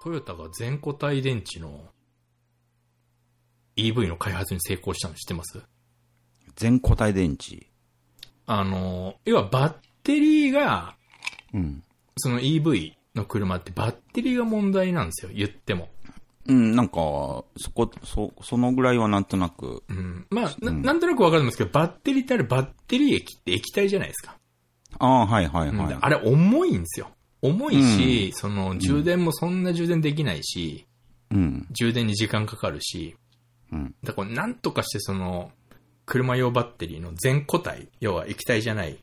トヨタが全固体電池の EV の開発に成功したの知ってます全固体電池。あの、要はバッテリーが、うん。その EV の車ってバッテリーが問題なんですよ、言っても。うん、なんか、そこ、そ、そのぐらいはなんとなく、うん。まあ、ななんとなくわかるんですけど、バッテリーってあれバッテリー液って液体じゃないですか。ああ、はいはいうんはい。であれ重いんですよ。重いし、その充電もそんな充電できないし、うん。充電に時間かかるし、うん。だからなんとかしてその、車用バッテリーの全固体、要は液体じゃない、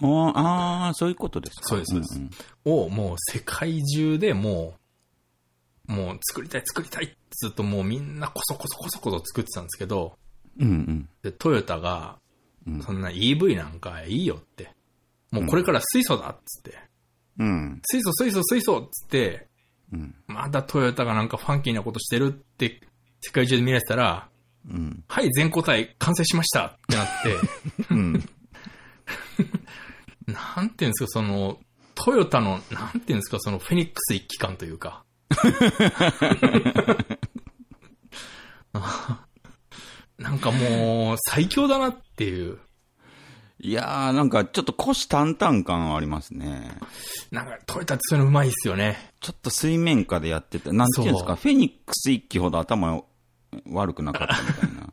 あーあー、そういうことですか。そうですそうですんんをもう世界中でもう、もう作りたい作りたいってずっともうみんなこそこそこそこそ作ってたんですけど、うんうん。で、トヨタがうん、そんな EV なんかいいよって。もうこれから水素だっつって。うん。水素水素水素っつって、うん。まだトヨタがなんかファンキーなことしてるって、世界中で見られてたら、うん。はい、全固体完成しましたってなって、うん。なんていうんですか、その、トヨタの、なんていうんですか、そのフェニックス一機関というか。 なんかもう、最強だなっていう。いやー、なんかちょっと虎視眈々感ありますね。なんか、トヨタってそういうのうまいっすよね。ちょっと水面下でやってて、なんていうんですそうか、フェニックス一機ほど頭悪くなかったみたいな。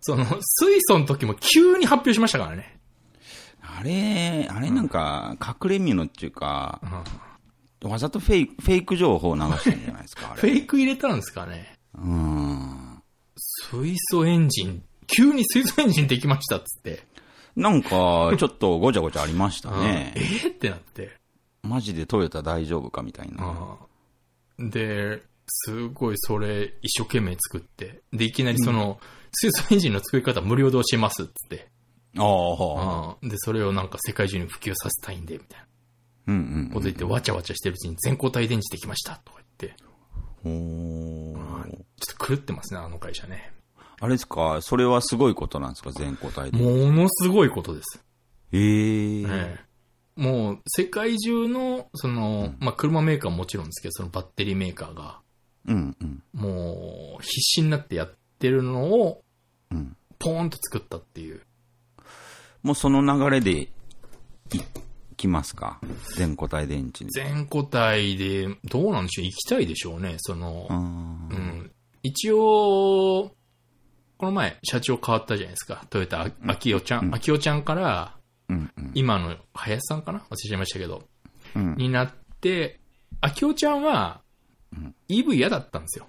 その、水素の時も急に発表しましたからね。あれ、あれなんか、隠れ身のっていうか、うんわざとフェイク、フェイク情報を流してるんじゃないですか、あれ。フェイク入れたんですかね。うーん。水素エンジン、急に水素エンジンできましたっつって。なんか、ちょっとごちゃごちゃありましたうんえ ね。ーってなって。マジでトヨタ大丈夫かみたいな。で、すごいそれ一生懸命作って。で、いきなりその、水素エンジンの作り方無料で教えますっつって。ああ、うんで、それをなんか世界中に普及させたいんで、みたいなうんこと言って、わちゃわちゃしてるうちに全固体電池できました、とか言って。うん。うほんーちょっと狂ってますね、あの会社ね。あれですか、それはすごいことなんですか、全交代で。ものすごいことです。ええええもう、世界中の、その、まあ、車メーカーももちろんですけど、そのバッテリーメーカーが、うんうん。もう、必死になってやってるのを、うん。ポーンと作ったっていう。もうその流れで、い、きますか。全固体電池に。全個体で、どうなんでしょう行きたいでしょうね、そのあ、うーん。一応、この前、社長変わったじゃないですか。トヨタ、あ秋代ちゃん、秋代ちゃんから、うんうん今の林さんかな忘れちゃいましたけど、うん。になって、秋代ちゃんは、EV 嫌だったんですよ。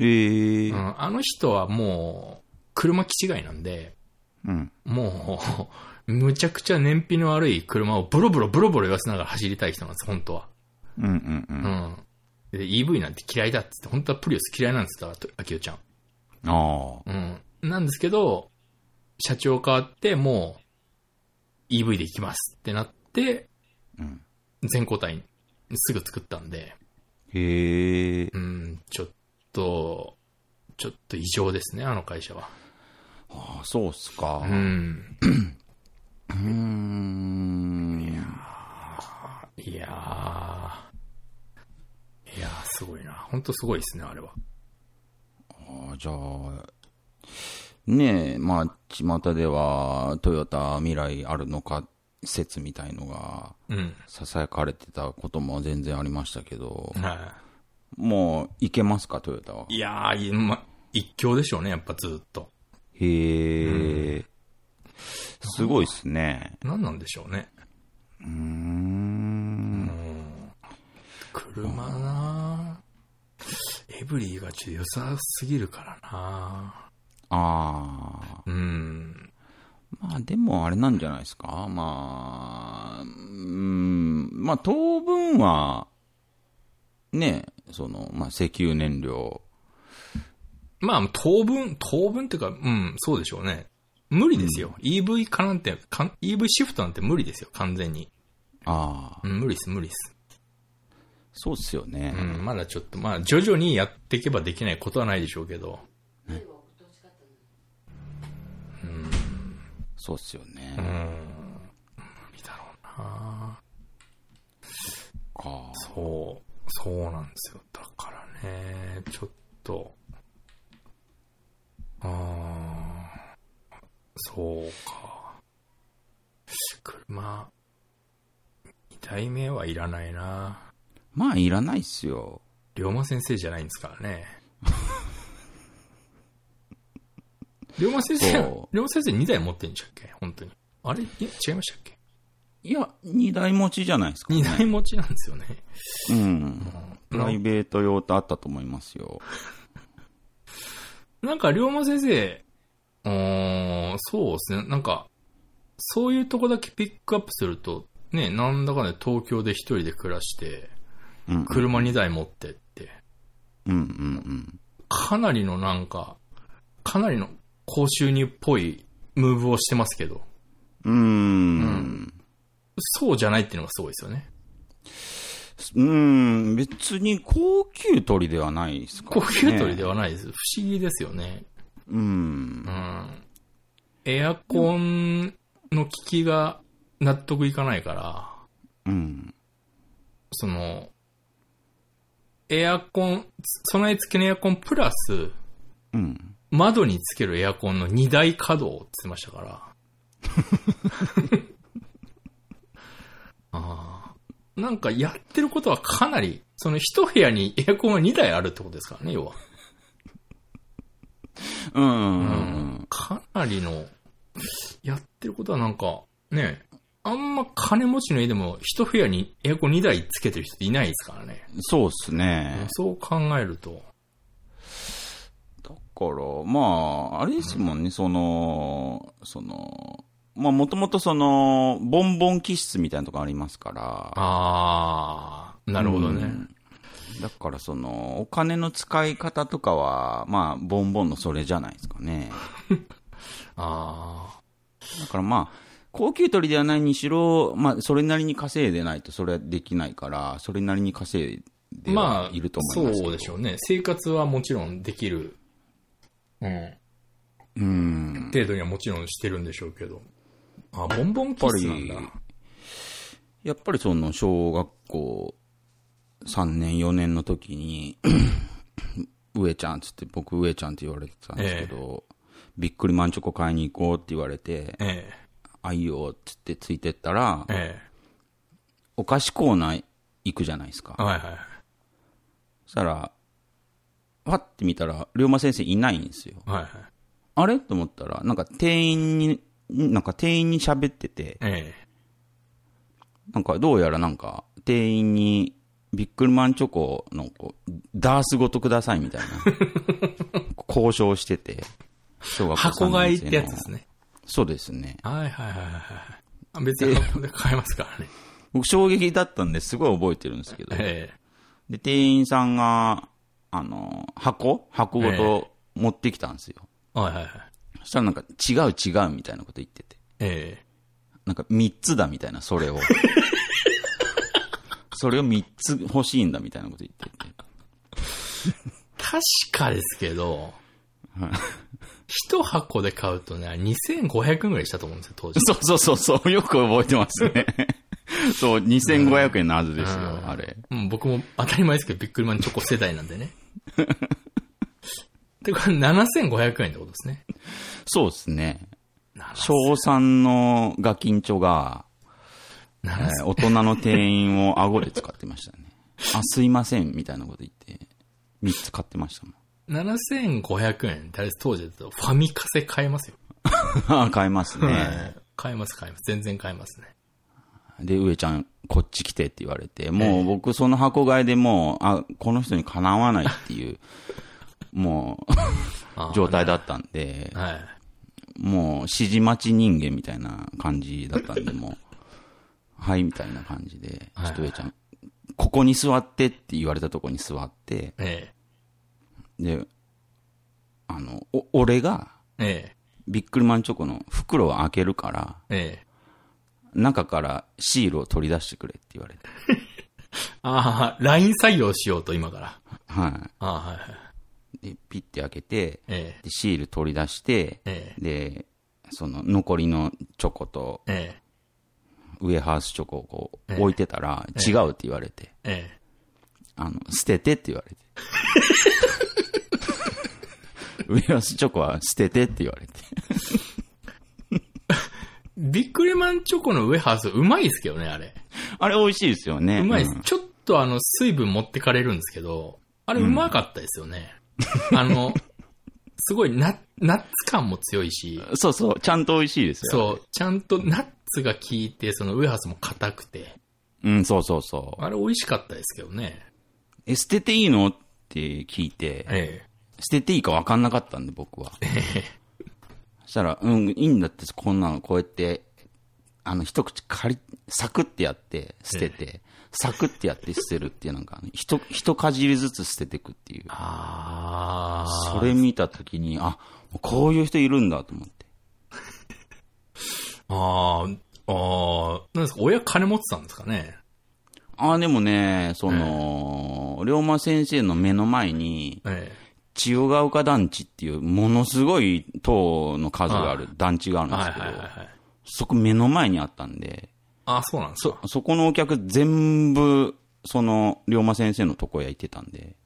ええうん、あの人はもう、車気違いなんで、うん。もう、 むちゃくちゃ燃費の悪い車をブロブロブロブロ言わせながら走りたい人なんです、本当は。うんうんうん。うん。で、EV なんて嫌いだっつって、本当はプリウス嫌いなんですから、と秋代ちゃん。ああ。うん。なんですけど、社長変わって、もう、EV で行きますってなって、うん全交代すぐ作ったんで、へえ。うん、ちょっと、ちょっと異常ですね、あの会社は。ああ、そうっすか。う。うんーん。いやー。いやー、すごいな。ほんとすごいですね、あれは。ああじゃあ、ねえ、まあ、巷では、トヨタ未来あるのか説みたいのが、うん。囁かれてたことも全然ありましたけど、はもう、いけますか、トヨタは。い。いやー、いま、一強でしょうね、やっぱずっと。へえ。すごいっすね。何なんでしょうね。うーん。車なぁエブリィがちょっと良さすぎるからなああ。ぁうん。まあでもあれなんじゃないですか、まあ、うーん、まあ当分は、ね、その、まあ石油燃料、まあ、当分、当分っていうか、うん、そうでしょうね。無理ですよ。EV 化なんてかん、EV シフトなんて無理ですよ、完全に。ああ、うん、無理です、無理です。そうっすよねう。ん、まだちょっと、まあ、徐々にやっていけばできないことはないでしょうけど。そうっすよね。無理だろうなぁかそう、そうなんですよ。だえー、ちょっと。あーそうか。車、二代目はいらないな。まあ、いらないっすよ。龍馬先生じゃないんですから ね。龍馬先生そ、龍馬先生2台持ってんじゃっけ本当に。あれいや違いましたっけいや、二台持ちじゃないですか、ね。二台持ちなんですよね。うん。プライベート用とあったと思いますよ。なんか、龍馬先生、うーん、そうですね。なんか、そういうとこだけピックアップすると、ね、なんだかね、東京で一人で暮らして、うん。車2台持ってって、うんうんうん。かなりのなんか、かなりの高収入っぽいムーブをしてますけど、うーん。そうじゃないっていうのがすごいですよね。うーん、別に高級鳥ではないですか、高ね。級取りではないです。不思議ですよね。うんう。ん。エアコンの効きが納得いかないから、うん。その、エアコン、備え付けのエアコンプラス、うん。窓につけるエアコンの二大稼働って言ってましたから。 ああ。なんかやってることはかなり、その一部屋にエアコンが二台あるってことですからね、要は。うん。ううん。ん。かなりの、やってることはなんか、ね、あんま金持ちの家でも一部屋にエアコン二台つけてる人いないですからね。そうっすね。そう考えると。だから、まあ、あれですもんね、その、その、まあ、もともとその、ボンボン気質みたいなとこありますから。ああ、なるほどね。うんだから、その、お金の使い方とかは、まあ、ボンボンのそれじゃないですかね。あだからまあ、高級取りではないにしろ、まあ、それなりに稼いでないとそれはできないから、それなりに稼いあ、でまはあ、いると思いますけど。そうでしょうね。生活はもちろんできる、うん、うん。程度にはもちろんしてるんでしょうけど。あ、ボンボンキスなんだやっ。ぱやっぱりその、小学校3年、4年の時に、 上ちゃんっつって、僕上ちゃんって言われてたんですけど、びっくりマンチョコ買いに行こうって言われて、えあいいよっつってついてったらえ、、えお菓子コーナー行くじゃないですかえ、。はいはい。そしたら、パッて見たら、龍馬先生いないんですよ。はいはい。あれと思ったら、なんか店員に、なんか店員に喋ってて、えなんかどうやらなんか店員にビックルマンチョコのこうダースごとくださいみたい な交渉してて、小え。学校箱3買年いっ生のてやつです。ね。そうですね。はいはいはいはいはい。あ別に箱で買えますからね。僕衝撃だったんですごい覚えてるんですけど、えで、店員さんが、あの、箱箱ごと持ってきたんですよ。え。はいはいはい。そしたらなんか違う違うみたいなこと言ってて。えなんか三つだみたいな、そ れを。それを三つ欲しいんだみたいなこと言ってて。え。確かですけど、一箱で買うとね、2500円ぐらいしたと思うんですよ、当時。 そうそうそうそう、よく覚えてます ね。そう、2500円のはずですよ、うんあれ。うん、僕も当たり前ですけど、ビックリマンチョコ世代なんでね。 で、これ7500円ってことですね。そうですね。小3のガキンチョが、え7000ー大人の店員を顎で使って ましたね。あ、すいません、みたいなこと言って、三つ買ってましたもん。 7500円ってあれです当時だとファミカセ買えますよ。あ 買いますね。ええ買えます買えます。全然買えますね。で、上ちゃん、こっち来てって言われて、もう僕その箱買いでもう、あ、この人にかなわないっ ていう、もあう、状態だったんで、はい。もう、指示待ち人間みたいな感じだったんで、も う、はい、みたいな感じで、はいちょっと上ちゃん、ここに座ってって言われたとこに座って、えで、あの、お俺が、ええビックリマンチョコの袋を開けるから、えええ中からシールを取り出してくれって言われて、ああ、ライン採用しようと、今から。はああ、はいはい。い。で、ピッて開けて、えで、シール取り出して、ええで、その残りのチョコとええウエハースチョコをこえうえ置いてたら、違うって言われて、ええあの、捨ててって言われて。 ウエロスチョコは捨ててって言われて。ビックリマンチョコのウエハース、うまいですけどね、あれ。あれ美味しいですよね。うまいです。んちょっとあの、水分持ってかれるんですけど、あれうまかったですよね。あの、すごいナッ、ナッツ感も強いし、そうそう、ちゃんと美味しいですよ。そう、ちゃんとナッツが効いて、そのウエハースも硬くて、うん、そうそうそあれ美味しかったですけどね。う。え、捨てていいのって聞いて、え捨てていいか分かんなかったんで、僕 は。そしたら、うん、いいんだって、こんなの、こうやって、あの、一口借り、サクってやって、捨てて、サクってやって捨てるっていう、なんか、ひと、ひとかじりずつ捨ててくっていう。あそれ見たときに、あ、こういう人いるんだと思って。あー、あー、なんですか、親金持ってたんですかね。あ、でもね、その、龍馬先生の目の前に、ええ。千代ヶ丘団地っていう、ものすごい塔の数がある、団地があるんですはいけど、はいはいはい。そこ目の前にあったんで、あ、そうなんですそか。、そこのお客全部、その、龍馬先生のとこへ行ってたんで、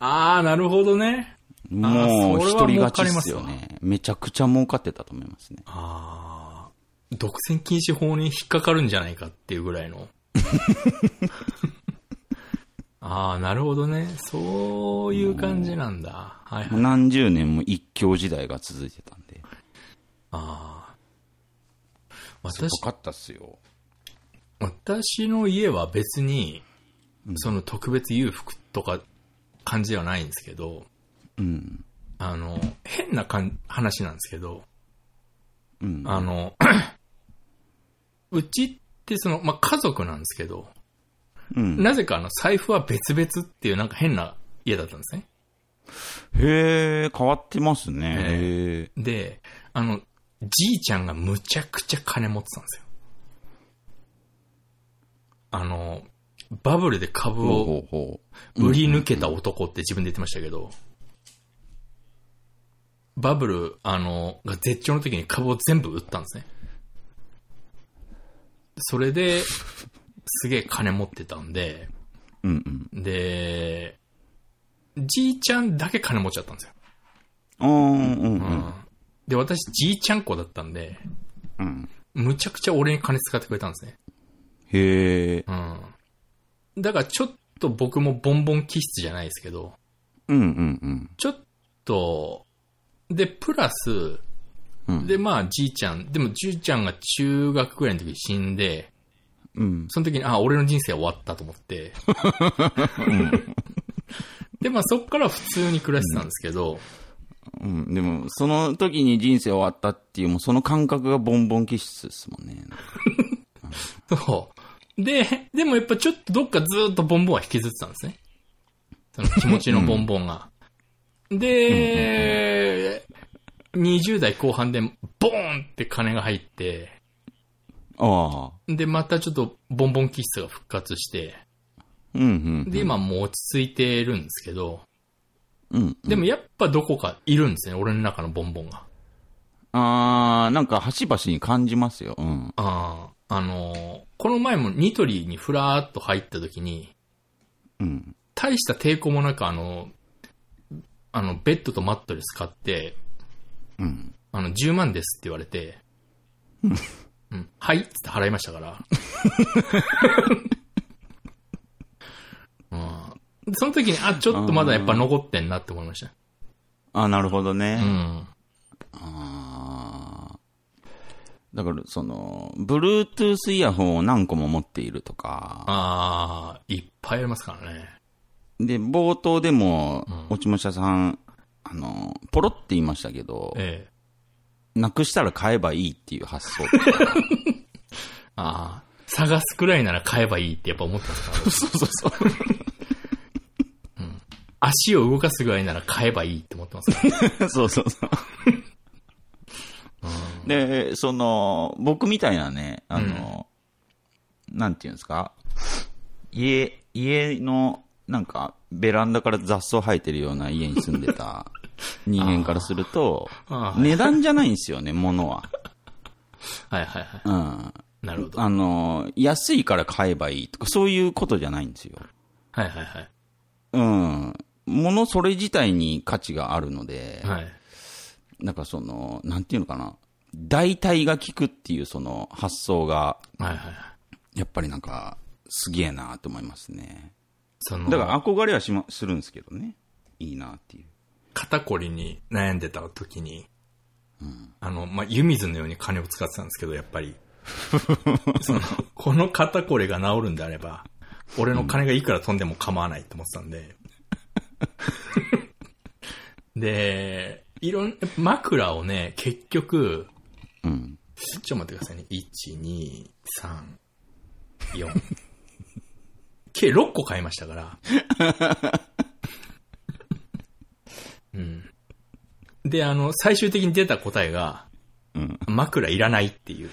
ああ、なるほどね。もそう、れは独り勝ち儲かりっますすわよね。めちゃくちゃ儲かってたと思いますね。ああ、独占禁止法に引っかかるんじゃないかっていうぐらいの。 ああ、なるほどね。そういう感じなんだ。はいはい。何十年も一強時代が続いてたんで、ああ。すご私、かったっすよ。私の家は別に、その特別裕福とか感じではないんですけど、うん。あの、変なかん話なんですけど、うん。あの、 うちってその、まあ、家族なんですけど、うん。なぜかあの、財布は別々っていうなんか変な家だったんですね。へえ、変わってますね。えへえ。で、あの、じいちゃんがむちゃくちゃ金持ってたんですよ。あの、バブルで株ほうをほうほう。売り抜けた男って自分で言ってましたけど、バブル、あの、が絶頂の時に株を全部売ったんですね。それで、すげえ金持ってたんで、うんうん。で、じいちゃんだけ金持っちゃったんですよ。あーうんうんううんん。で、私、じいちゃん子だったんで、うん。むちゃくちゃ俺に金使ってくれたんですね。へえ。うん。だからちょっと僕もボンボン気質じゃないですけど、うんうんちょっと、で、プラス、うん。うん。で、まあ、じいちゃん、でも、じいちゃんが中学ぐらいの時に死んで、うん。その時に、あ、俺の人生終わったと思って。で、まあ、そっから普通に暮らしてたんですけど、うん。でも、その時に人生終わったっていう、もうその感覚がボンボン気質ですもんね。そう。で、でもやっぱちょっとどっかずーっとボンボンは引きずってたんですね。その気持ちのボンボンが。で、20代後半でボーンって金が入って、ああ。で、またちょっとボンボン気質が復活して、うんうん。で、今もう落ち着いてるんですけど、うん。でもやっぱどこかいるんですね、俺の中のボンボンが。ああ、なんか端々に感じますよ。うん。ああ、あのーこの前もニトリにふらーっと入った時に、うん。大した抵抗もなく、あの、あの、ベッドとマットレス買って、うん。あの、10万ですって言われて、うん、はいっつって払いましたから。うん、その時に、あ、ちょっとまだやっぱ残ってんなって思いました。ああ、なるほどね。うん。ああ。だから、その、Bluetooth イヤホンを何個も持っているとか、あー、いっぱいありますからね。で、冒頭でもん、落ち武者さん、あの、ポロって言いましたけど、ええ。なくしたら買えばいいっていう発 想。あー、探すくらいなら買えばいいってやっぱ思ってますから。 そうそうそう。足を動かすぐらいなら買えばいいって思ってますから。そうそうそう。で、その、僕みたいなね、あの、なんていうんですか、家、家の、なんか、ベランダから雑草生えてるような家に住んでた人間からすると あー、値段じゃないんですよね、物は。はいはいはうん。い。なるほど。あの、安いから買えばいいとか、そういうことじゃないんですよ。はいはいはい。うん。ものそれ自体に価値があるので、はい。なんかその、なんていうのかな、代替が効くっていうその発想が、はいはい。やっぱりなんか、すげえなと思いますね。その、だから憧れはしま、するんですけどね。いいなっていう。肩こりに悩んでた時に、あの、まあ、湯水のように金を使ってたんですけど、やっぱり。 その、この肩こりが治るんであれば、俺の金がいくら飛んでも構わないと思ってたん で。で、いろん、枕をね、結局、うん。ちょっと待ってくださいね。1、2、3、4。計6個買いましたから。うん。で、あの、最終的に出た答えが、うん枕いらないっていう。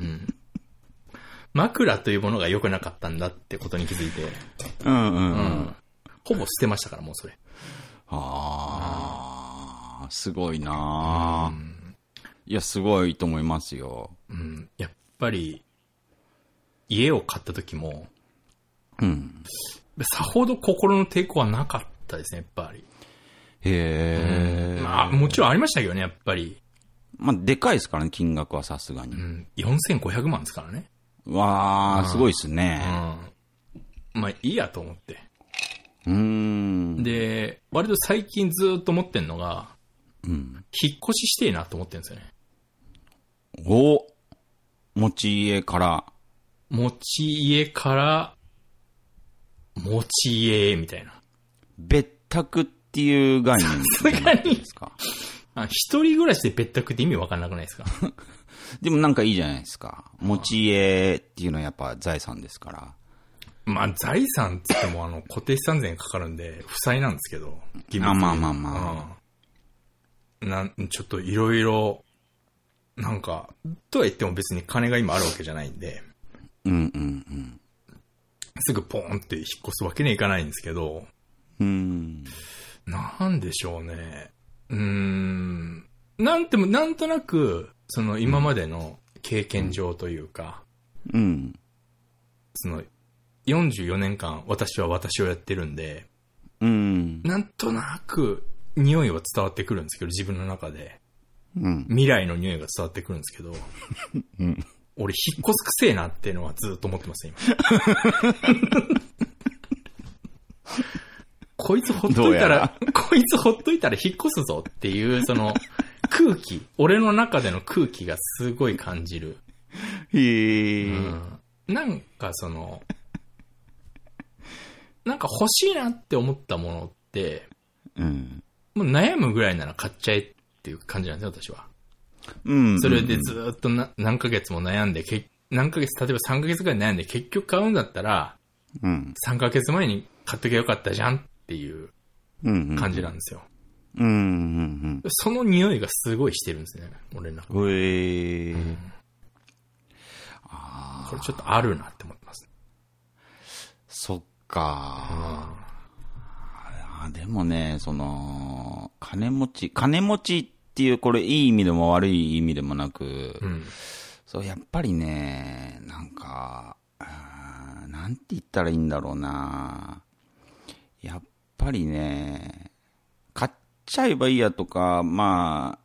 うん、枕というものが良くなかったんだってことに気づいて、うんうんうん。ほぼ捨てましたから、もうそれ。ああ、すごいなーいや、すごいと思いますよ。うん、やっぱり、家を買った時も、うん。さほど心の抵抗はなかったですね、やっぱり。へえ。まあ、もちろんありましたけどね、やっぱり。まあ、でかいですからね、金額はさすがにう。ん、4500万ですからね。わあ、すごいですうね。ん。まあ、いいやと思って。うーん。で、割と最近ずっと思ってんのが、うん。引っ越ししてえなと思ってるんですよね。お持ち家から。持ち家から、持ち家へみたいな。別宅っていう概念じゃないですか。あ一人暮らしで別宅って意味わかんなくないですかでもなんかいいじゃないですか。持ち家っていうのはやっぱ財産ですから。まあ、財産って言っても、あの、固定資産税がかかるんで、負債なんですけど、義務あまあまあまうんなん、ちょっといろいろ、なんか、とは言っても別に金が今あるわけじゃないんで、うんうんすぐポーンって引っ越すわけにはいかないんですけど、うん。うん。なんでしょうね。うーん。なんても、なんとなく、その今までの経験上というか、うん。その、44年間私は私をやってるんで、うん。なんとなく匂いは伝わってくるんですけど、自分の中で。うん。未来の匂いが伝わってくるんですけど、うん俺引っ越すくせえなっていうのはずっと思って ますね、今。こいつほっといたどうらやら、こいつほっといたら引っ越すぞっていう、その、空気、俺の中での空気がすごい感じる。へうえ。ん。なんかその、なんか欲しいなって思ったものって、うん。もう悩むぐらいなら買っちゃえっていう感じなんですよ、私は。うん。それでずーっとな何ヶ月も悩んで、け何ヶ月、例えば3ヶ月ぐらい悩んで、結局買うんだったら、うん。 3ヶ月前に買っときゃよかったじゃんっていううん。感じなんですよ。うん。うん。その匂いがすごいしてるんですね、俺の中。うん。へえ。ああ、これちょっとあるなって思ってます。そっか。あでもね、その、金持ち、金持ちっていう、これいい意味でも悪い意味でもなく、うん。そう、やっぱりね、なんか、あーなんて言ったらいいんだろうな。やっぱりね、買っちゃえばいいやとか、ま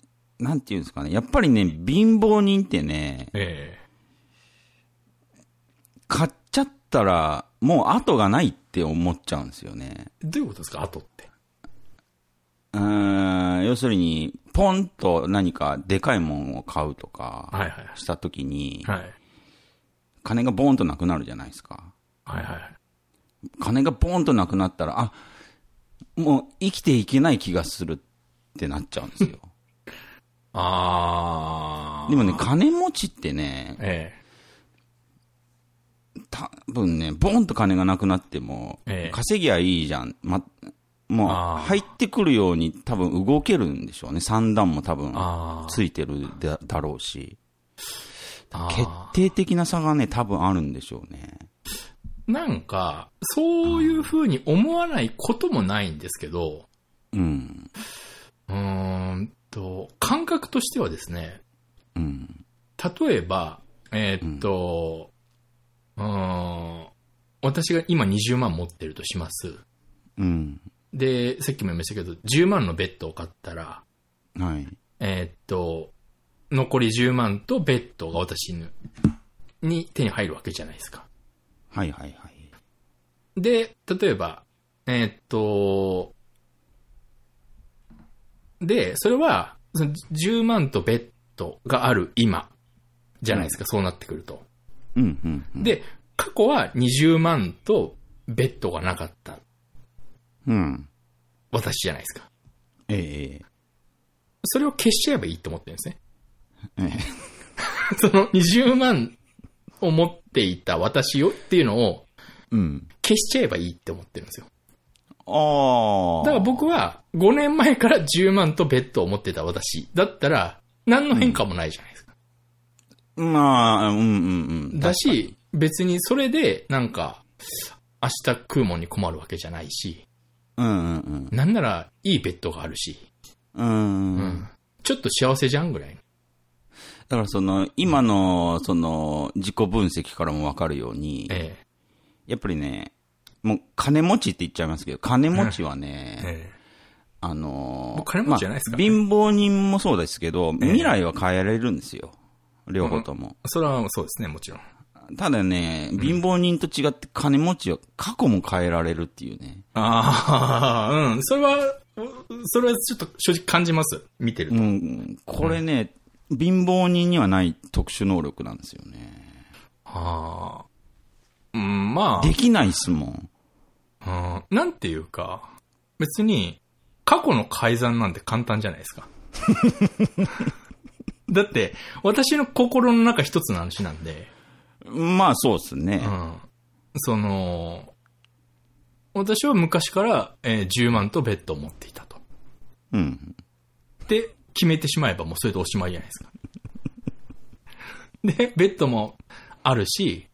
あ、なんていうんですかね。やっぱりね、貧乏人ってね、え買っちゃったら、もう後がないって思っちゃうんですよね。えどういうことですか後って。うーん、要するに、ポンと何かでかいもんを買うとか、はいはいした時に、はい。はい。金がボーンとなくなるじゃないですか。はいはい。金がボーンとなくなったら、あ、もう生きていけない気がするってなっちゃうんです よ。あー。でもね、金持ちってね、え多分ね、ボーンと金がなくなっても、ええ稼ぎゃいいじゃん。ま、もあうー入ってくるように多分動けるんでしょうね。三段も多分あーついてるだだろうし。あー決定的な差がね、多分あるんでしょうね。え。なんか、そういう風に思わないこともないんですけど、うん。うーんと、感覚としてはですね、うん。例えば、えーっと、ううん私が今20万持ってるとします。うん。で、さっきも言いましたけど、10万のベッドを買ったら、はい。えーっと、残り10万とベッドが私にに手に入るわけじゃないですか。はいはいはい。で、例えば、えーっと、で、それは、その10万とベッドがある今、じゃないですか、そうなってくると。うんうんうん。で、過去は20万とベッドがなかったうん。私じゃないですか。ええそれを消しちゃえばいいと思ってるんですね。 ええ。その20万を持っていた私よっていうのをうん。消しちゃえばいいって思ってるんですよ。ああ。だから僕は5年前から10万とベッドを持ってた私だったら何の変化もないじゃないですか。まあ、うんうんうん。だし、別にそれでなんか明日食うもんに困るわけじゃないし、うんうんうん。なんならいいベッドがあるし、うん。ううん、んちょっと幸せじゃんぐらいの。だからその、今の、その、自己分析からもわかるように、ええやっぱりね、もう金持ちって言っちゃいますけど、金持ちはね、えあのもう金持ちじゃないですからねまあ貧乏人もそうですけど、未来は変えられるんですよ。両方とも。えそれはそうですね、もちろん。ただね、貧乏人と違って金持ちは過去も変えられるっていうね。ああ、 うん。それは、うそれはちょっと正直感じます。見てると。うん、これね、貧乏人にはない特殊能力なんですよね。ああ。うん、まできないっすもん。あ、うん、なんていうか、別に、過去の改ざんなんて簡単じゃないですか。だって、私の心の中一つの話なんで、まあそうっすねう。ん。その、私は昔から、えー10万とベッドを持っていたと。うん。って決めてしまえばもうそれでおしまいじゃないですか。で、ベッドもあるし、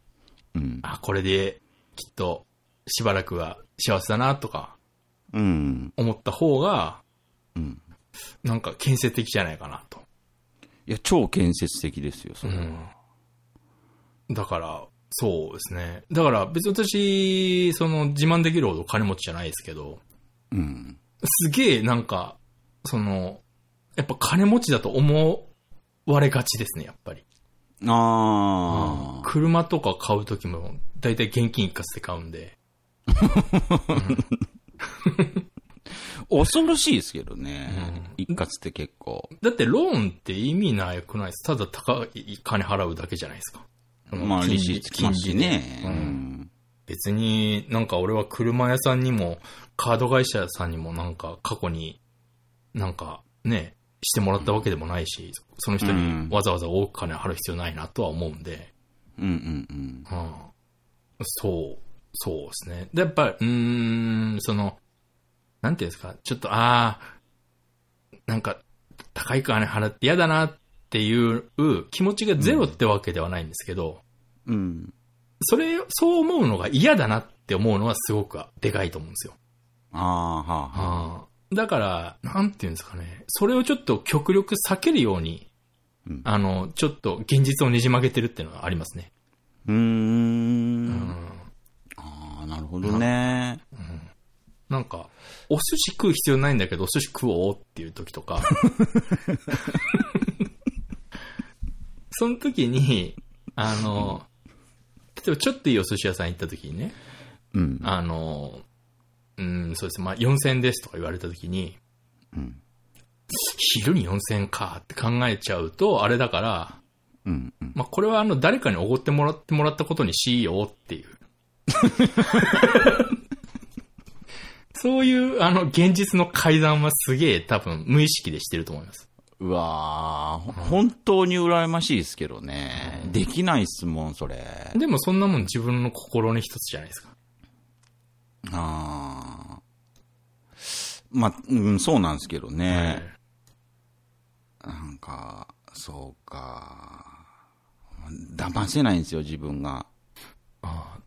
うん。あ、これできっとしばらくは幸せだなとかうん。思った方が、うん。なんか建設的じゃないかなと。いや、超建設的ですよ、それは。だから、そうですね。だから別に私、その自慢できるほど金持ちじゃないですけど、うん。すげえなんか、その、やっぱ金持ちだと思われがちですね、やっぱり。ああ、車とか買うときも、だいたい現金一括で買うんで。恐ろしいですけどね。一括って結構。だってローンって意味ないくないですただ高い金払うだけじゃないですか。まあ、利子つきますしね。ううんん。別になんか俺は車屋さんにも、カード会社さんにもなんか過去になんかね、してもらったわけでもないし、その人うんにわざわざ多く金払う必要ないなとは思うんで。うんうんうん。うんそう、そうですね。で、やっぱ、うーん、その、なんていうんですか、ちょっと、ああ、なんか、高い金払って嫌だなっていう気持ちがゼロってわけではないんですけど、うん。それ、そう思うのが嫌だなって思うのはすごくでかいと思うんですよ。ああ、はあ、はあ。うんだから、なんていうんですかね、それをちょっと極力避けるように、うんあの、ちょっと現実をねじ曲げてるっていうのはありますね。うー。うんんああ、なるほどね。なんか、お寿司食う必要ないんだけど、お寿司食おうっていう時と か。その時に、あの、例えばちょっといいお寿司屋さん行った時にね、うん。あの、うん、そうですね、まあ4000円ですとか言われた時に、うん。昼に4000円かって考えちゃうと、あれだから、うん。うんまあこれはあの、誰かにおごってもらってもらったことにしようって いう。そういう、あの、現実の改ざんはすげえ多分無意識でしてると思います。うわー、本当に羨ましいですけどね。できないっすもん、それ。でもそんなもん自分の心に一つじゃないですか。ああ。まあ、うん、そうなんですけどね。なんか、そうか。騙せないんですよ、自分が。ああ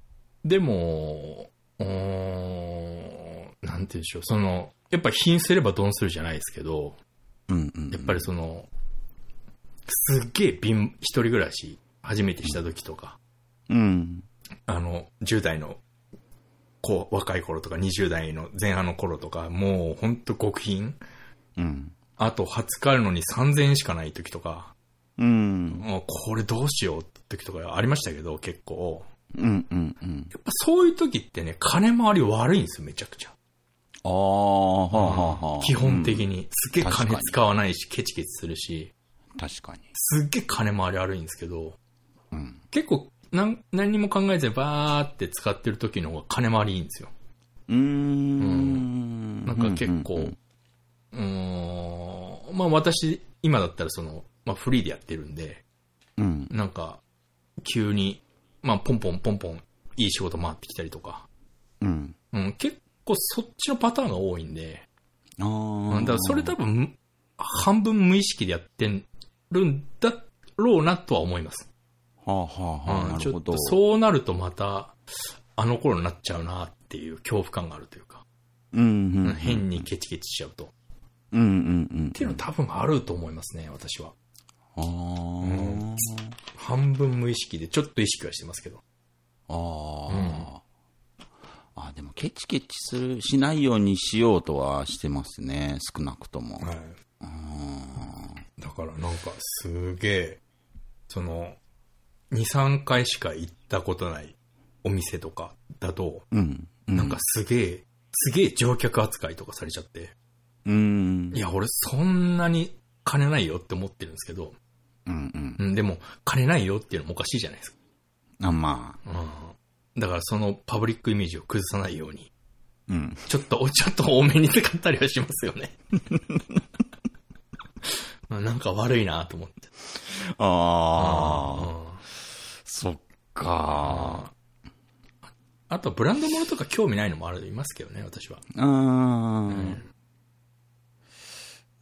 でも、うーんなんて言うんでしょう、その、やっぱ貧すれば鈍するじゃないですけど、うんうんやっぱりその、すっげえ貧、一人暮らし初めてした時とか、うん。あの、10代の、こう、若い頃とか20代の前半の頃とか、もうほんと極貧。うん。あと20日あるのに3000円しかない時とか、うん。もうこれどうしようって時とかありましたけど、結構。うんうんうん。やっぱそういう時ってね、金回り悪いんですよ、めちゃくちゃ。ああ、はあはあはあ。基本的に。すっげえ確か金に使わないし、ケチケチするし、うん。確かに。すっげえ金回り悪いんですけど、うん。結構なん、何にも考えずにバーって使ってる時の方が金回りいいんですよ。うーん。なんか結構、ううんうんーん、まあ私、今だったらその、まあフリーでやってるんで、うん。うん。なんか、急に、まあポンポンポンポン、いい仕事回ってきたりとか、うん。うん、結構そっちのパターンが多いんで、あうあ。ん、だからそれ多分、半分無意識でやってるんだろうなとは思います。はあはあはあ。う、なんちるょほっとど。そうなるとまた、あの頃になっちゃうなっていう恐怖感があるというか、うんうんうん。変にケチケチしちゃうと。っうんうんうん。ていうの多分あると思いますね、私は。あー半分無意識で、ちょっと意識はしてますけど。あー。あ、でもケチケチする、しないようにしようとはしてますね。少なくとも。い。あーだからなんかすげえ、その、2、3回しか行ったことないお店とかだと、うん。うなんか、すげえ、すげえ乗客扱いとかされちゃって、うん。いや、俺そんなに金ないよって思ってるんですけど、うんうん。うん、でも、金ないよっていうのもおかしいじゃないですか。あ、まあ。うん。だからそのパブリックイメージを崩さないように、うん。ちょっと、 ちょっと多めに使ったりはしますよね。 なんか悪いなと思って。ああ、あ。そっかあと、ブランドものとか興味ないのもありますけどね、私は。ー。あー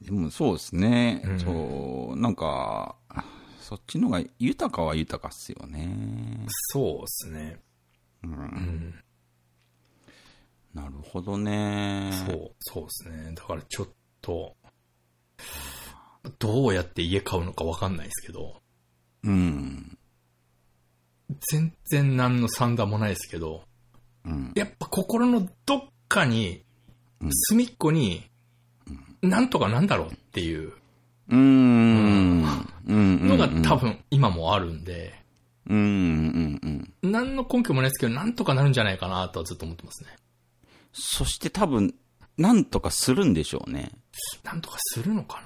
でもそうですね、うんそう、なんか、そっちのが豊かは豊かっすよね。そうですね。う、うんん。なるほどね。そう、そうですね。だからちょっと、どうやって家買うのかわかんないですけど、う。うん。全然何の算段もないですけど、うん。やっぱ心のどっかにうん、隅っこに、なんとかなんだろうっていううーん。うん。のが多。分今もあるんで、うん。うん。うん。何の根拠もないですけど、なんとかなるんじゃないかなとはずっと思ってますね。そして多分、なんとかするんでしょうね。なんとかするのか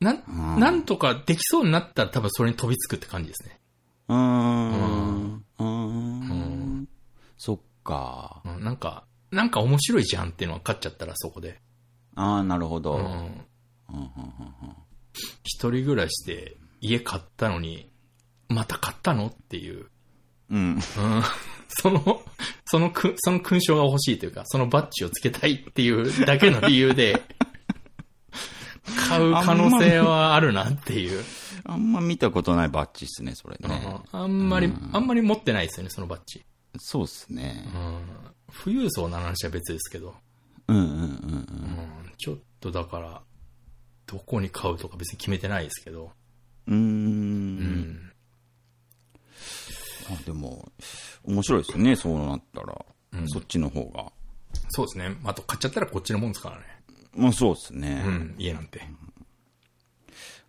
ななんうんなんとかできそうになったら多分それに飛びつくって感じですね。うーん。うーうんん。そっか。うん、なんか、なんか面白いじゃんっていうのは勝っちゃったらそこで。ああ、なるほど。ううん。んうんうん一人暮らしで家買ったのに、また買ったのっていう。うん。うん。その、 そのく、その勲章が欲しいというか、そのバッジをつけたいっていうだけの理由で、買う可能性はあるなっていう。あんま見たことないバッジっすね、それうんね。あんまり、あんまり持ってないですよね、そのバッジ。そうっすねう。ん。富裕層な話は別ですけど。うんうんうんう。うんん。ちょっとだから、どこに買うとか別に決めてないですけど。うー。うんん。あでも、面白いですね、そうなったら。うんそっちの方が。そうですね。あと買っちゃったらこっちのもんですからね。まあそうっすね。うん、家なんて。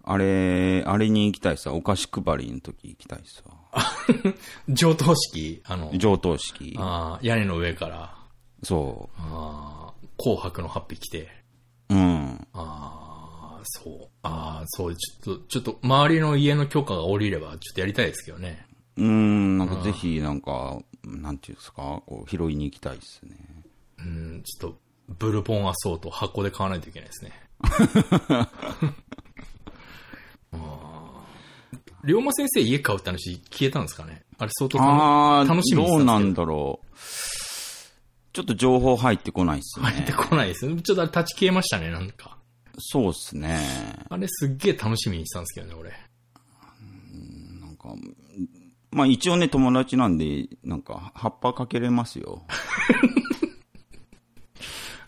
あれ、あれに行きたいさ、お菓子配りの時行きたいさ。上等式、あの、上等式。あー屋根の上から、そあー紅白の8匹来て、う。うん。あーそう、あーそう、ちょっと、ちょっと、周りの家の許可が下りれば、ちょっとやりたいですけどね。うーん、なんかぜひ、なんか、なんていうんですか、こう、拾いに行きたいっすね。うん、ちょっと、ブルボンアソート箱で買わないといけないです ね。あー龍馬先生家買うって話消えたんですかねあれ相当楽ああ、楽しみにしてたんですけどどうなんだろう。ちょっと情報入ってこないっすね。入ってこないですね。ちょっとあれ立ち消えましたね、なんか。そうっすね。あれすっげえ楽しみにしたんですけどね、俺。なんか、まあ一応ね、友達なんで、なんか、葉っぱかけれますよ。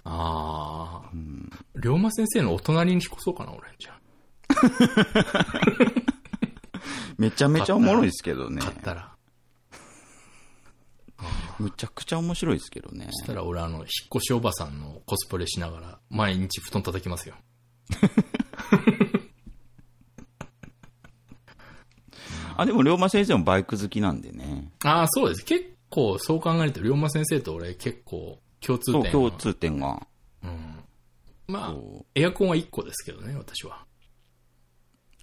ああ、龍馬先生のお隣に引っ越そうかな、俺。じゃあめちゃめちゃおもろいですけどね。買ったら。むちゃくちゃ面白いですけどね。そしたら俺あの、引っ越しおばさんのコスプレしながら、毎日布団叩きますよ。あ、でも、龍馬先生もバイク好きなんでね。ああ、そうです。結構、そう考えると、龍馬先生と俺結構共通点そがう、共通点が。うん。まあそ、エアコンは1個ですけどね、私は。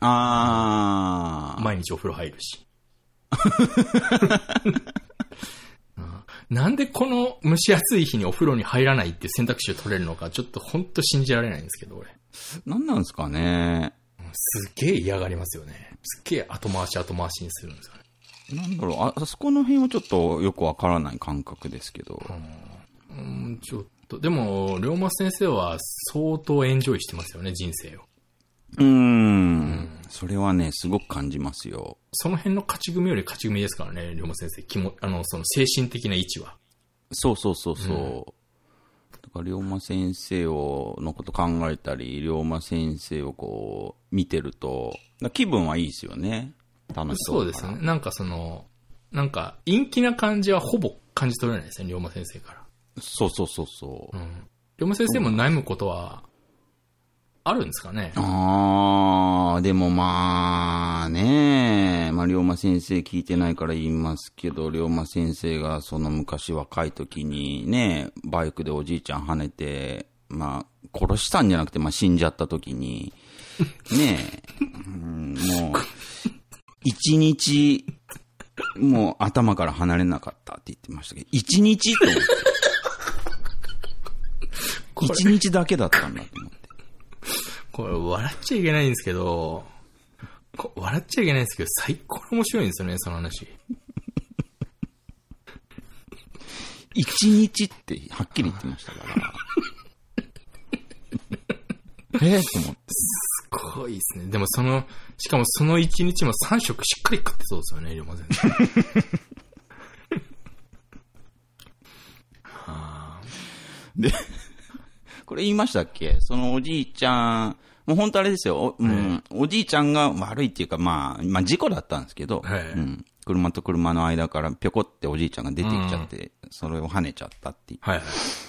あー。毎日お風呂入るし。 うんなんでこの蒸し暑い日にお風呂に入らないっていう選択肢を取れるのか、ちょっとほんと信じられないんですけど、俺。なんなんですかね。すっげえ嫌がりますよね。すっげえ後回し後回しにするんですよね。なんだろう、あ、あそこの辺はちょっとよくわからない感覚ですけど。うん、ちょっと。でも、龍馬先生は相当エンジョイしてますよね、人生を。うーん。それはね、すごく感じますよ。その辺の勝ち組より勝ち組ですからね、龍馬先生。気も、あの、その精神的な位置は。そうそうそうそう。だから、龍馬先生を、のこと考えたり、龍馬先生をこう、見てると、だ気分はいいですよね。楽しそそうでうだかすら。ね。なんかその、なんか、陰気な感じはほぼ感じ取れないですね、龍馬先生かそうそうそうそう。ら。うん。龍馬先生も悩むことは、あるんですかねあー、でもまあね、まあ、龍馬先生聞いてないから言いますけど、龍馬先生がその昔若い時にね、バイクでおじいちゃん跳ねて、まあ、殺したんじゃなくて、まあ死んじゃった時に、ねえ、うんもう、一日、もう頭から離れなかったって言ってましたけど、一日と思って。これ一日だけだったんだと思って。これ、笑っちゃいけないんですけど、こ笑っちゃいけないんですけど、最高に面白いんですよね、その話。一日ってはっきり言ってましたから。 えーと思って。すごいですね。でもその、しかもその一日も3食しっかり食ってそうですよね、龍馬先生。 はあこれ言いましたっけそのおじいちゃん、もう本当あれですよ。お,、うん、おじいちゃんが悪いっていうか、まあ、まあ事故だったんですけど、はいうん、車と車の間からぴょこっておじいちゃんが出てきちゃって、それを跳ねちゃったっていう。はいはい。そ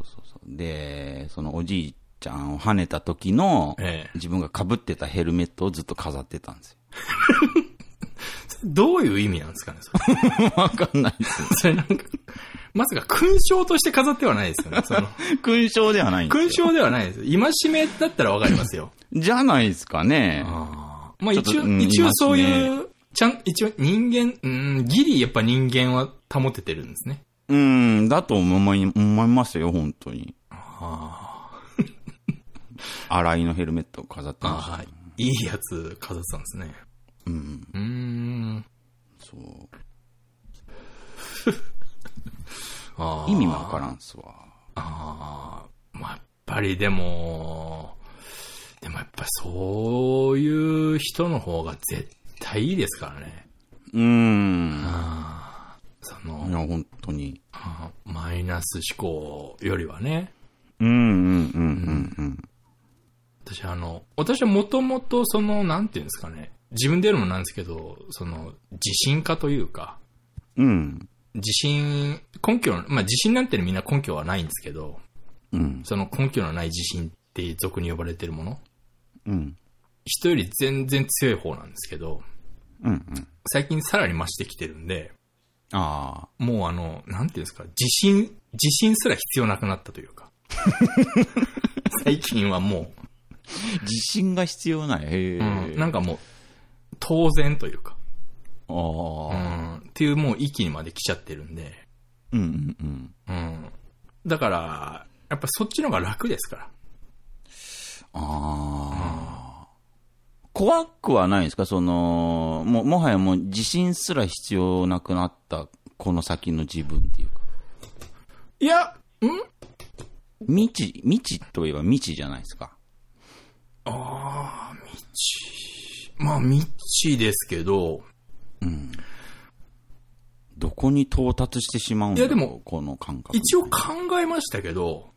うそうそう。で、そのおじいちゃんを跳ねた時の、ええ自分が被ってたヘルメットをずっと飾ってたんですよ。 どういう意味なんですかね、それ。わかんないです。それなんか、まさか勲章として飾ってはないですよね。 その勲章ではないんですよ勲。章ではないです。戒めだったらわかりますよ。じゃないですかね。あまあちょっと一応、うん一応そういいう、ちゃん、一応人間、うん、ギリやっぱ人間は保ててるんですね。うん、だと思い、思いますよ、本当に。洗いのヘルメットを飾ってました。ああ、いいやつ飾ってたんですね。うん、うーん。そう。あー意味わからんっすわ。あーまあ、やっぱりでも、でもやっぱそういう人の方が絶対いいですからね。うん。あーそいの、や、本当に。あーマイナス思考よりはね。うん、うん、うん、うん、うん。私あの、私はもともとその、なんていうんですかね。自分で言うのもなんですけど、その、自信家というか、うん。自信、根拠の、まあ自信なんてみんな根拠はないんですけど、うん。その根拠のない自信って俗に呼ばれてるものうん。人より全然強い方なんですけど、うん。うん。最近さらに増してきてるんで、あもうあの、なんていうんですか、自信、自信すら必要なくなったという か。最近はもあ。自信が必要ない。へえ、う、うんなんかもう、当然というか、あうあ。ん、っていうもう域にまで来ちゃってるんで、うん、うん、うん。うん。だから、やっぱそっちの方が楽ですから。ああ。怖くはないんですかその、もう、もはやもう自信すら必要なくなった、この先の自分っていうか。いや、ん未知、未知といえば未知じゃないですか。ああ、未知。まあ未知ですけど、どこに到達してしまうんだろういやでもこの感覚。一応考えましたけど、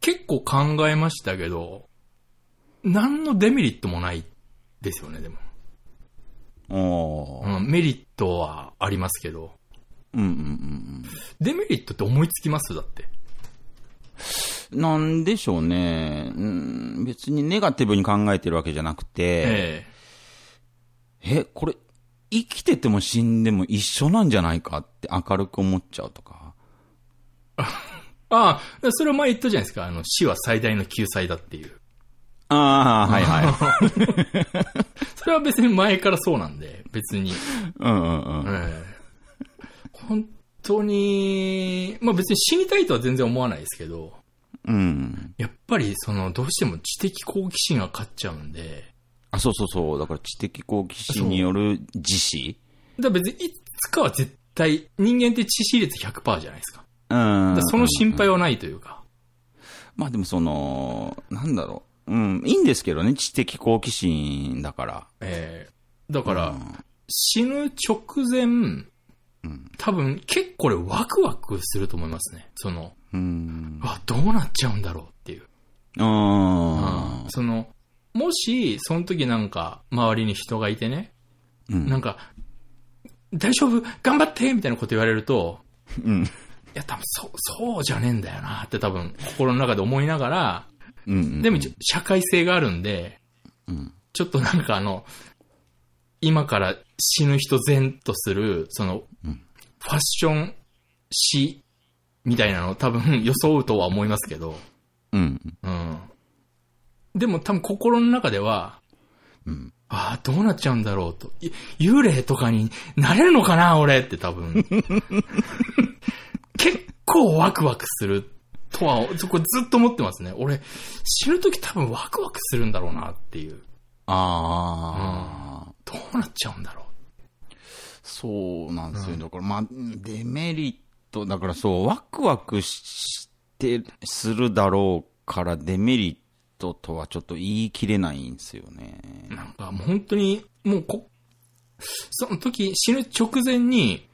結構考えましたけど、何のデメリットもないですよね、でも。おーうん、メリットはありますけど、うんうんうんデメリットって思いつきますだって。うん。なんでしょうね。うん、別にネガティブに考えてるわけじゃなくて、ええこれ、生きてても死んでも一緒なんじゃないかって明るく思っちゃうとか。えああ、それは前言ったじゃないですか。あの、死は最大の救済だっていう。ああ、はいはい。 それは別に前からそうなんで、別に。うんうんうん。ええ本当に、まあ別に死にたいとは全然思わないですけど、うん。やっぱりその、どうしても知的好奇心が勝っちゃうんで、あ、そうそうそう。だから知的好奇心による自死だから別にいつかは絶対、人間って致死率100%じゃないですか。うんだから。その心配はないというか。まあでもその、なんだろう。うん、いいんですけどね、知的好奇心だから。ええだから、死ぬ直前、多分結構これワクワクすると思いますね。その、うん。あ、どうなっちゃうんだろうっていう。あその、もし、その時なんか、周りに人がいてね、うんなんか、大丈夫頑張ってみたいなこと言われると、うん。いや、多分そう、そうじゃねえんだよなって多分、心の中で思いながら、うん。でも、ちょ社会性があるんで、うんちょっとなんかあの、今から死ぬ人善とする、その、ファッション死みたいなのを多分装うとは思いますけど、うん。うん。でも多分心の中では、うんああ、どうなっちゃうんだろうと。い幽霊とかになれるのかな、俺って多分。結構ワクワクするとは、そこずっと思ってますね。俺、死ぬとき多分ワクワクするんだろうなっていう。ああ、どうなっちゃうんだろう。そうなんですよ。だから、まあ、デメリット、だからそう、ワクワクして、するだろうから、デメリットとはちょっと言い切れないんですよね。なんかもう本当に、もうこ、その時死ぬ直前に、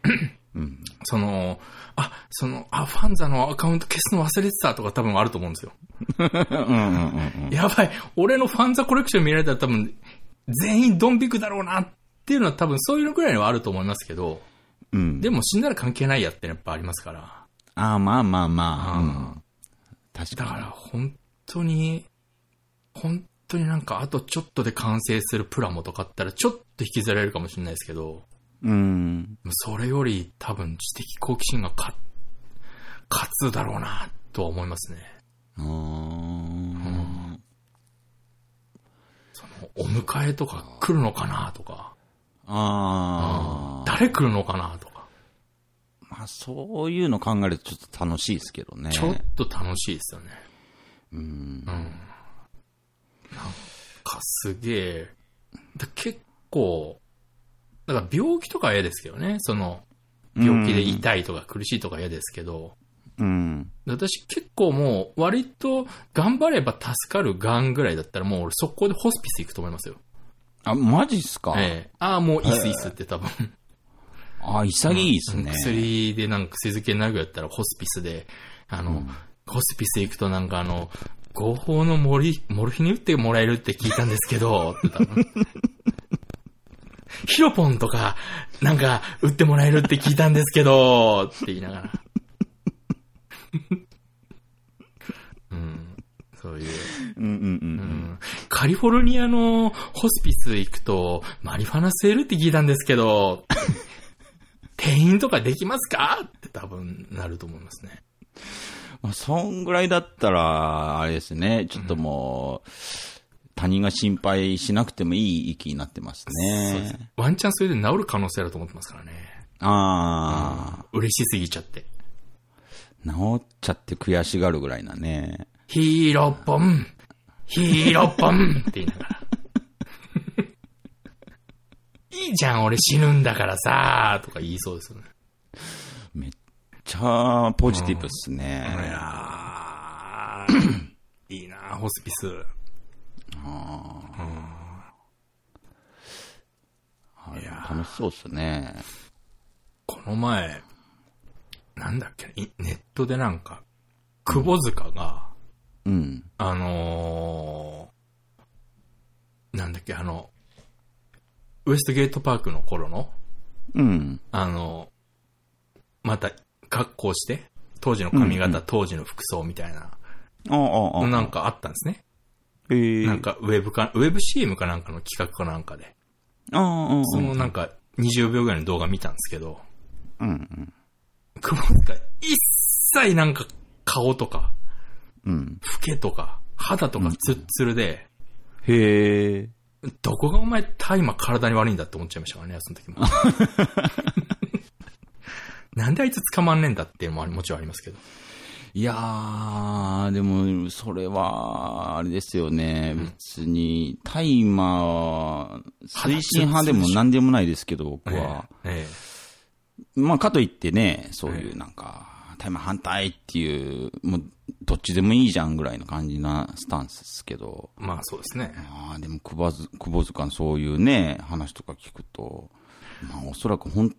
その、あ、その、あ、ファンザのアカウント消すの忘れてたとか多分あると思うんですよ。うんうんうんうん。 やばい、俺のファンザコレクション見られたら多分、全員ドン引くだろうなっていうのは多分そういうのくらいはあると思いますけど、うん。でも死んだら関係ないやってやっぱありますから。ああ、まあまあまあ。ううんん、確だかに。から本当に、本当になんかあとちょっとで完成するプラモとかあったらちょっと引きずられるかもしれないですけど、うん。それより多分知的好奇心が勝勝つだろうなとは思いますね。あーそのお迎えとか来るのかなとか、あー。誰来るのかなとか、まあ、そういうの考えるとちょっと楽しいですけどね。ちょっと楽しいですよね。うん。うん。なんかすげえ、だ結構、だから病気とかは嫌ですけどね、その、病気で痛いとか苦しいとか嫌ですけど、うん。私結構もう割と頑張れば助かるがんぐらいだったらもう俺速攻でホスピス行くと思いますよ。あ、マジっすか、ええ、ああ、もういいっすいいっすって多分。あー潔いですね。薬でなんか薬漬けになるぐらいだったらホスピスで、あの、ホスピス行くとなんかあの、合法のモリ、モルヒネ打ってもらえるって聞いたんですけど、って多分ヒロポンとか、なんか、打ってもらえるって聞いたんですけど、って言いながら。うん。そういう。うんうんうん。カリフォルニアのホスピス行くと、マリファナ吸えるって聞いたんですけ ど、店員とかできますかって多分なると思いますね。まあ、そんぐらいだったら、あれですね。ちょっともう、他人が心配しなくてもいい域になってますそうですね。ワンチャンそれで治る可能性あると思ってますからね。あ嬉しすぎちゃって。あ、治っちゃって悔しがるぐらいなね。ヒーローポンヒーローポンって言いなが ら。いいじゃん、俺死ぬんだからさとか言いそうですよね。めっちゃポジティブっすね。いやー いいなホスピス。はい楽しそうっすね。この前、なんだっけ、いネットでなんか、窪塚が、うん。あのー、なんだっけ、あの、ウエストゲートパークの頃の、うん。あの、また格好して、当時の髪型、当時の服装みたいな、ああ、ああ。なんかあったんですね。えー、なんかウェブか、ウェブ CM かなんかの企画かなんかで、ああ、ああ。そのなんか20秒ぐらいの動画見たんですけど、うん、うん。久保塚一切なんか顔とか、うん。老けとか、肌とかツッツルで、へえ。どこがお前大麻体に悪いんだって思っちゃいましたからね、その時も。 なんであいつ捕まんねえんだっていうのもありもちろんありますけど。いやー、でも、それは、あれですよね。別に、大麻、推進派でも何でもないですけど、僕は。ええまあ、かといってね、そういうなんか、大麻反対っていう、もう、どっちでもいいじゃんぐらいの感じなスタンスですけど。まあそうですね。あーでも久保塚、久保塚のそういうね、話とか聞くと、まあ、おそらく本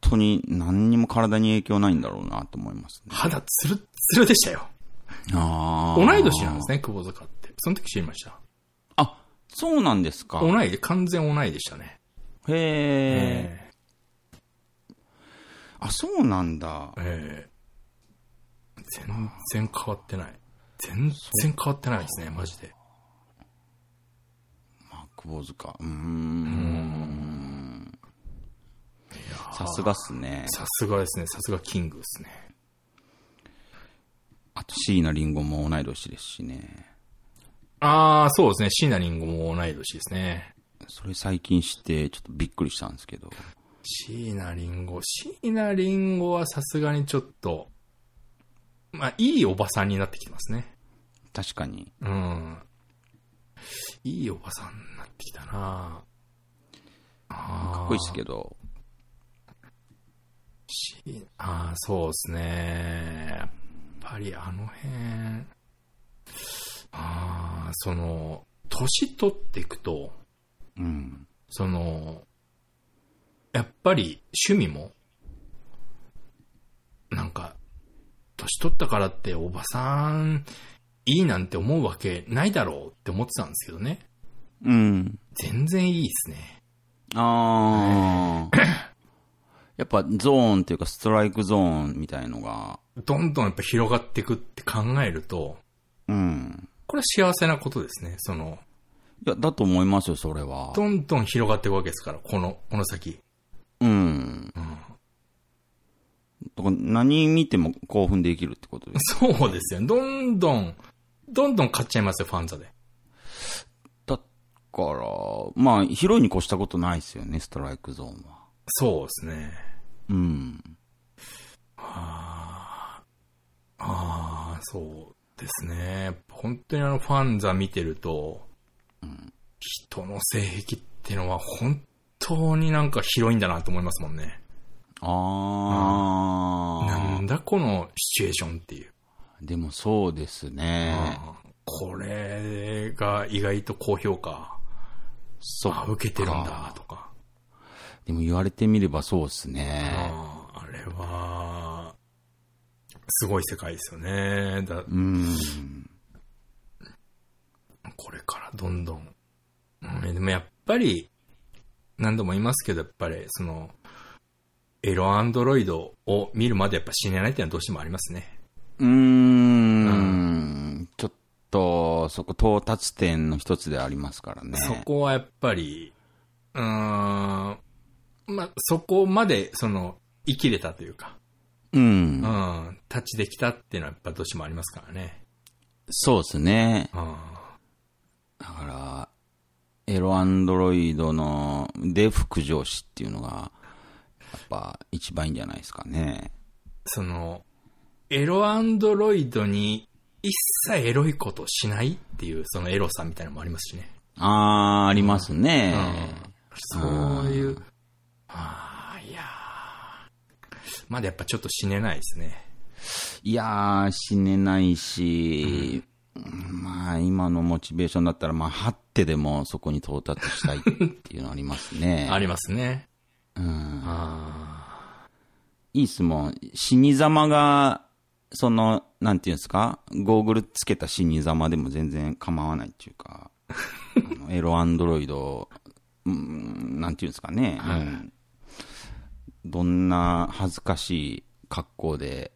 当に何にも体に影響ないんだろうなと思いますね。肌ツルッツルでしたよ。あ同ーい年なんですね、久保塚って。その時知りました。あ、そうなんですか。同い、完全同いでしたね。へえ。えあ、そうなんだ。えええ全然変わってない。全然変わってないですね、マジで。まあ、久保塚。うーん。さすがっすね。さすがですね、さすがキングですね。あと、椎名林檎も同い年ですしね。ああ、そうですね、椎名林檎も同い年ですね。それ最近知って、ちょっとびっくりしたんですけど。椎名林檎。椎名林檎はさすがにちょっと、まあ、いいおばさんになってきてますね。確かに。うん。いいおばさんになってきたなかあっこいいっすけど。しあーそうですね。やっぱりあの辺、ああ、その、年取っていくと、うん。その、やっぱり趣味も、なんか、年取ったからっておばさんいいなんて思うわけないだろうって思ってたんですけどね。うん。全然いいですね。あー。やっぱゾーンっていうかストライクゾーンみたいのが、どんどんやっぱ広がっていくって考えると、うん。これは幸せなことですね。その、いや、だと思いますよ、それは。どんどん広がっていくわけですから、この、この先。うん。だから何見ても興奮できるってことです。そうですよ。どんどん、どんどん買っちゃいますよ、ファンザで。だから、まあ、広いに越したことないですよね、ストライクゾーンは。そうですね。うん。ああ、そうですね。やっぱ本当にあのファンザ見てると、人の性癖ってのは本当になんか広いんだなと思いますもんね。なあんだこのシチュエーションっていう。ー。でもそうですね。うんこれが意外と高評価。そあ、う。受けてるんだとか。でも言われてみればそうですうんね。あれは、すごい世界ですよね。だうん。これからどんどん。うん、でもやっぱり、何度も言いますけど、やっぱり、その、エロアンドロイドを見るまでやっぱ死ねないっていうのはどうしてもありますね。うーん。ちょっと、そこ到達点の一つでありますからね。そこはやっぱり、うーん、まあ、そこまで、その、生きれたというか、う。うんん、タッチできたっていうのはやっぱどうしてもありますからね。そうですね。うん。だから、エロアンドロイドの、で、副上司っていうのが、やっぱ一番いいんじゃないですかね。その、エロアンドロイドに一切エロいことをしないっていう、そのエロさみたいなのもありますしね。あー、ありますね。そういう。ああ、いやーまだやっぱちょっと死ねないですね。。いやー、死ねないし、まあ、今のモチベーションだったら、まあ、張ってでもそこに到達したいっていうのありますね ありますね。うん。あいいっすもん。死に様が、その、なんていうんですかゴーグルつけた死に様でも全然構わないっていうか、あ のエロアンドロイド、うん、なんていうんですかね、うんどんな恥ずかしい格好で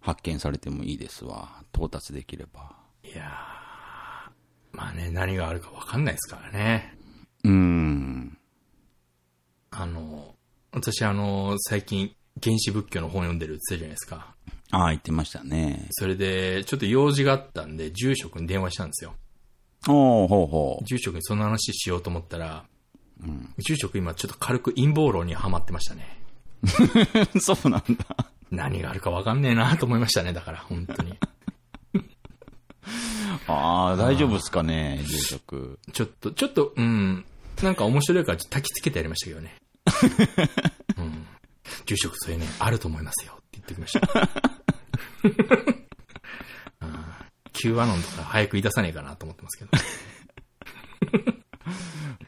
発見されてもいいですわ。到達できれば。いやーまあね、何があるかわかんないですからね。うーん。あの、私あの、最近、原始仏教の本読んでるって言ってたじゃないですか。ああ、言ってましたね。それで、ちょっと用事があったんで、住職に電話したんですよ。おー、ほうほ住職にその話しようと思ったら、う。うん。住職今ちょっと軽く陰謀論にはまってましたね。 そうなんだ。何があるかわかんねえなと思いましたね、だから、本当 に。ああ、大丈夫っすかね、住職。ちょっと、ちょっと、うん。なんか面白いから、焚きつけてやりましたけど ね。うん。住職そういうね、あると思いますよって言ってきま した。うん Q アノンとか早く言い出さねえかなと思ってますけど。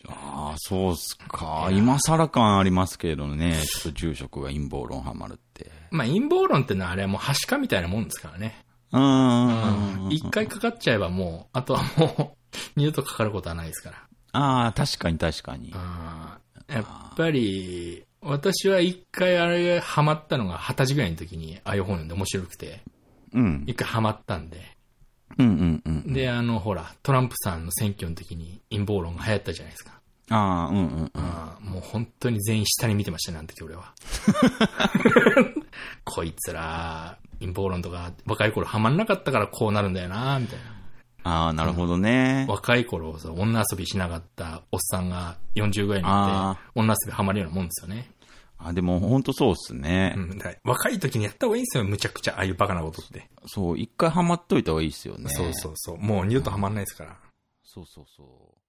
ああ、そうっすか。今更感ありますけどね、ちょっと住職が陰謀論ハマるって。まあ陰謀論ってのはあれはもうはしかみたいなもんですからね。うーん。一回かかっちゃえばもう、あとはもう、二度とかかることはないですから。ああ、確かに確かに。あーやっぱり、私は一回あれハマったのが二十歳ぐらいの時に、ああいう本読んで面白くて、うん。一回ハマったんで。うんうんうん。で、あの、ほら、トランプさんの選挙の時に陰謀論が流行ったじゃないですか。ああ、うんうんうん。あーもう本当に全員下に見てましたね、あの時俺 は。こいつら、陰謀論とか若い頃ハマんなかったからこうなるんだよな、みたいな。ああ、なるほどね。若い頃、そう女遊びしなかったおっさんが40ぐらいになって、女遊びハマるようなもんですよね。あでも本当そうっすね。うん、だから若い時にやった方がいいんですよ、むちゃくちゃ、ああいうバカなことって。そう、一回ハマっといた方がいいっすよね。そうそうそう。もう二度とハマんないですから。そうそうそう。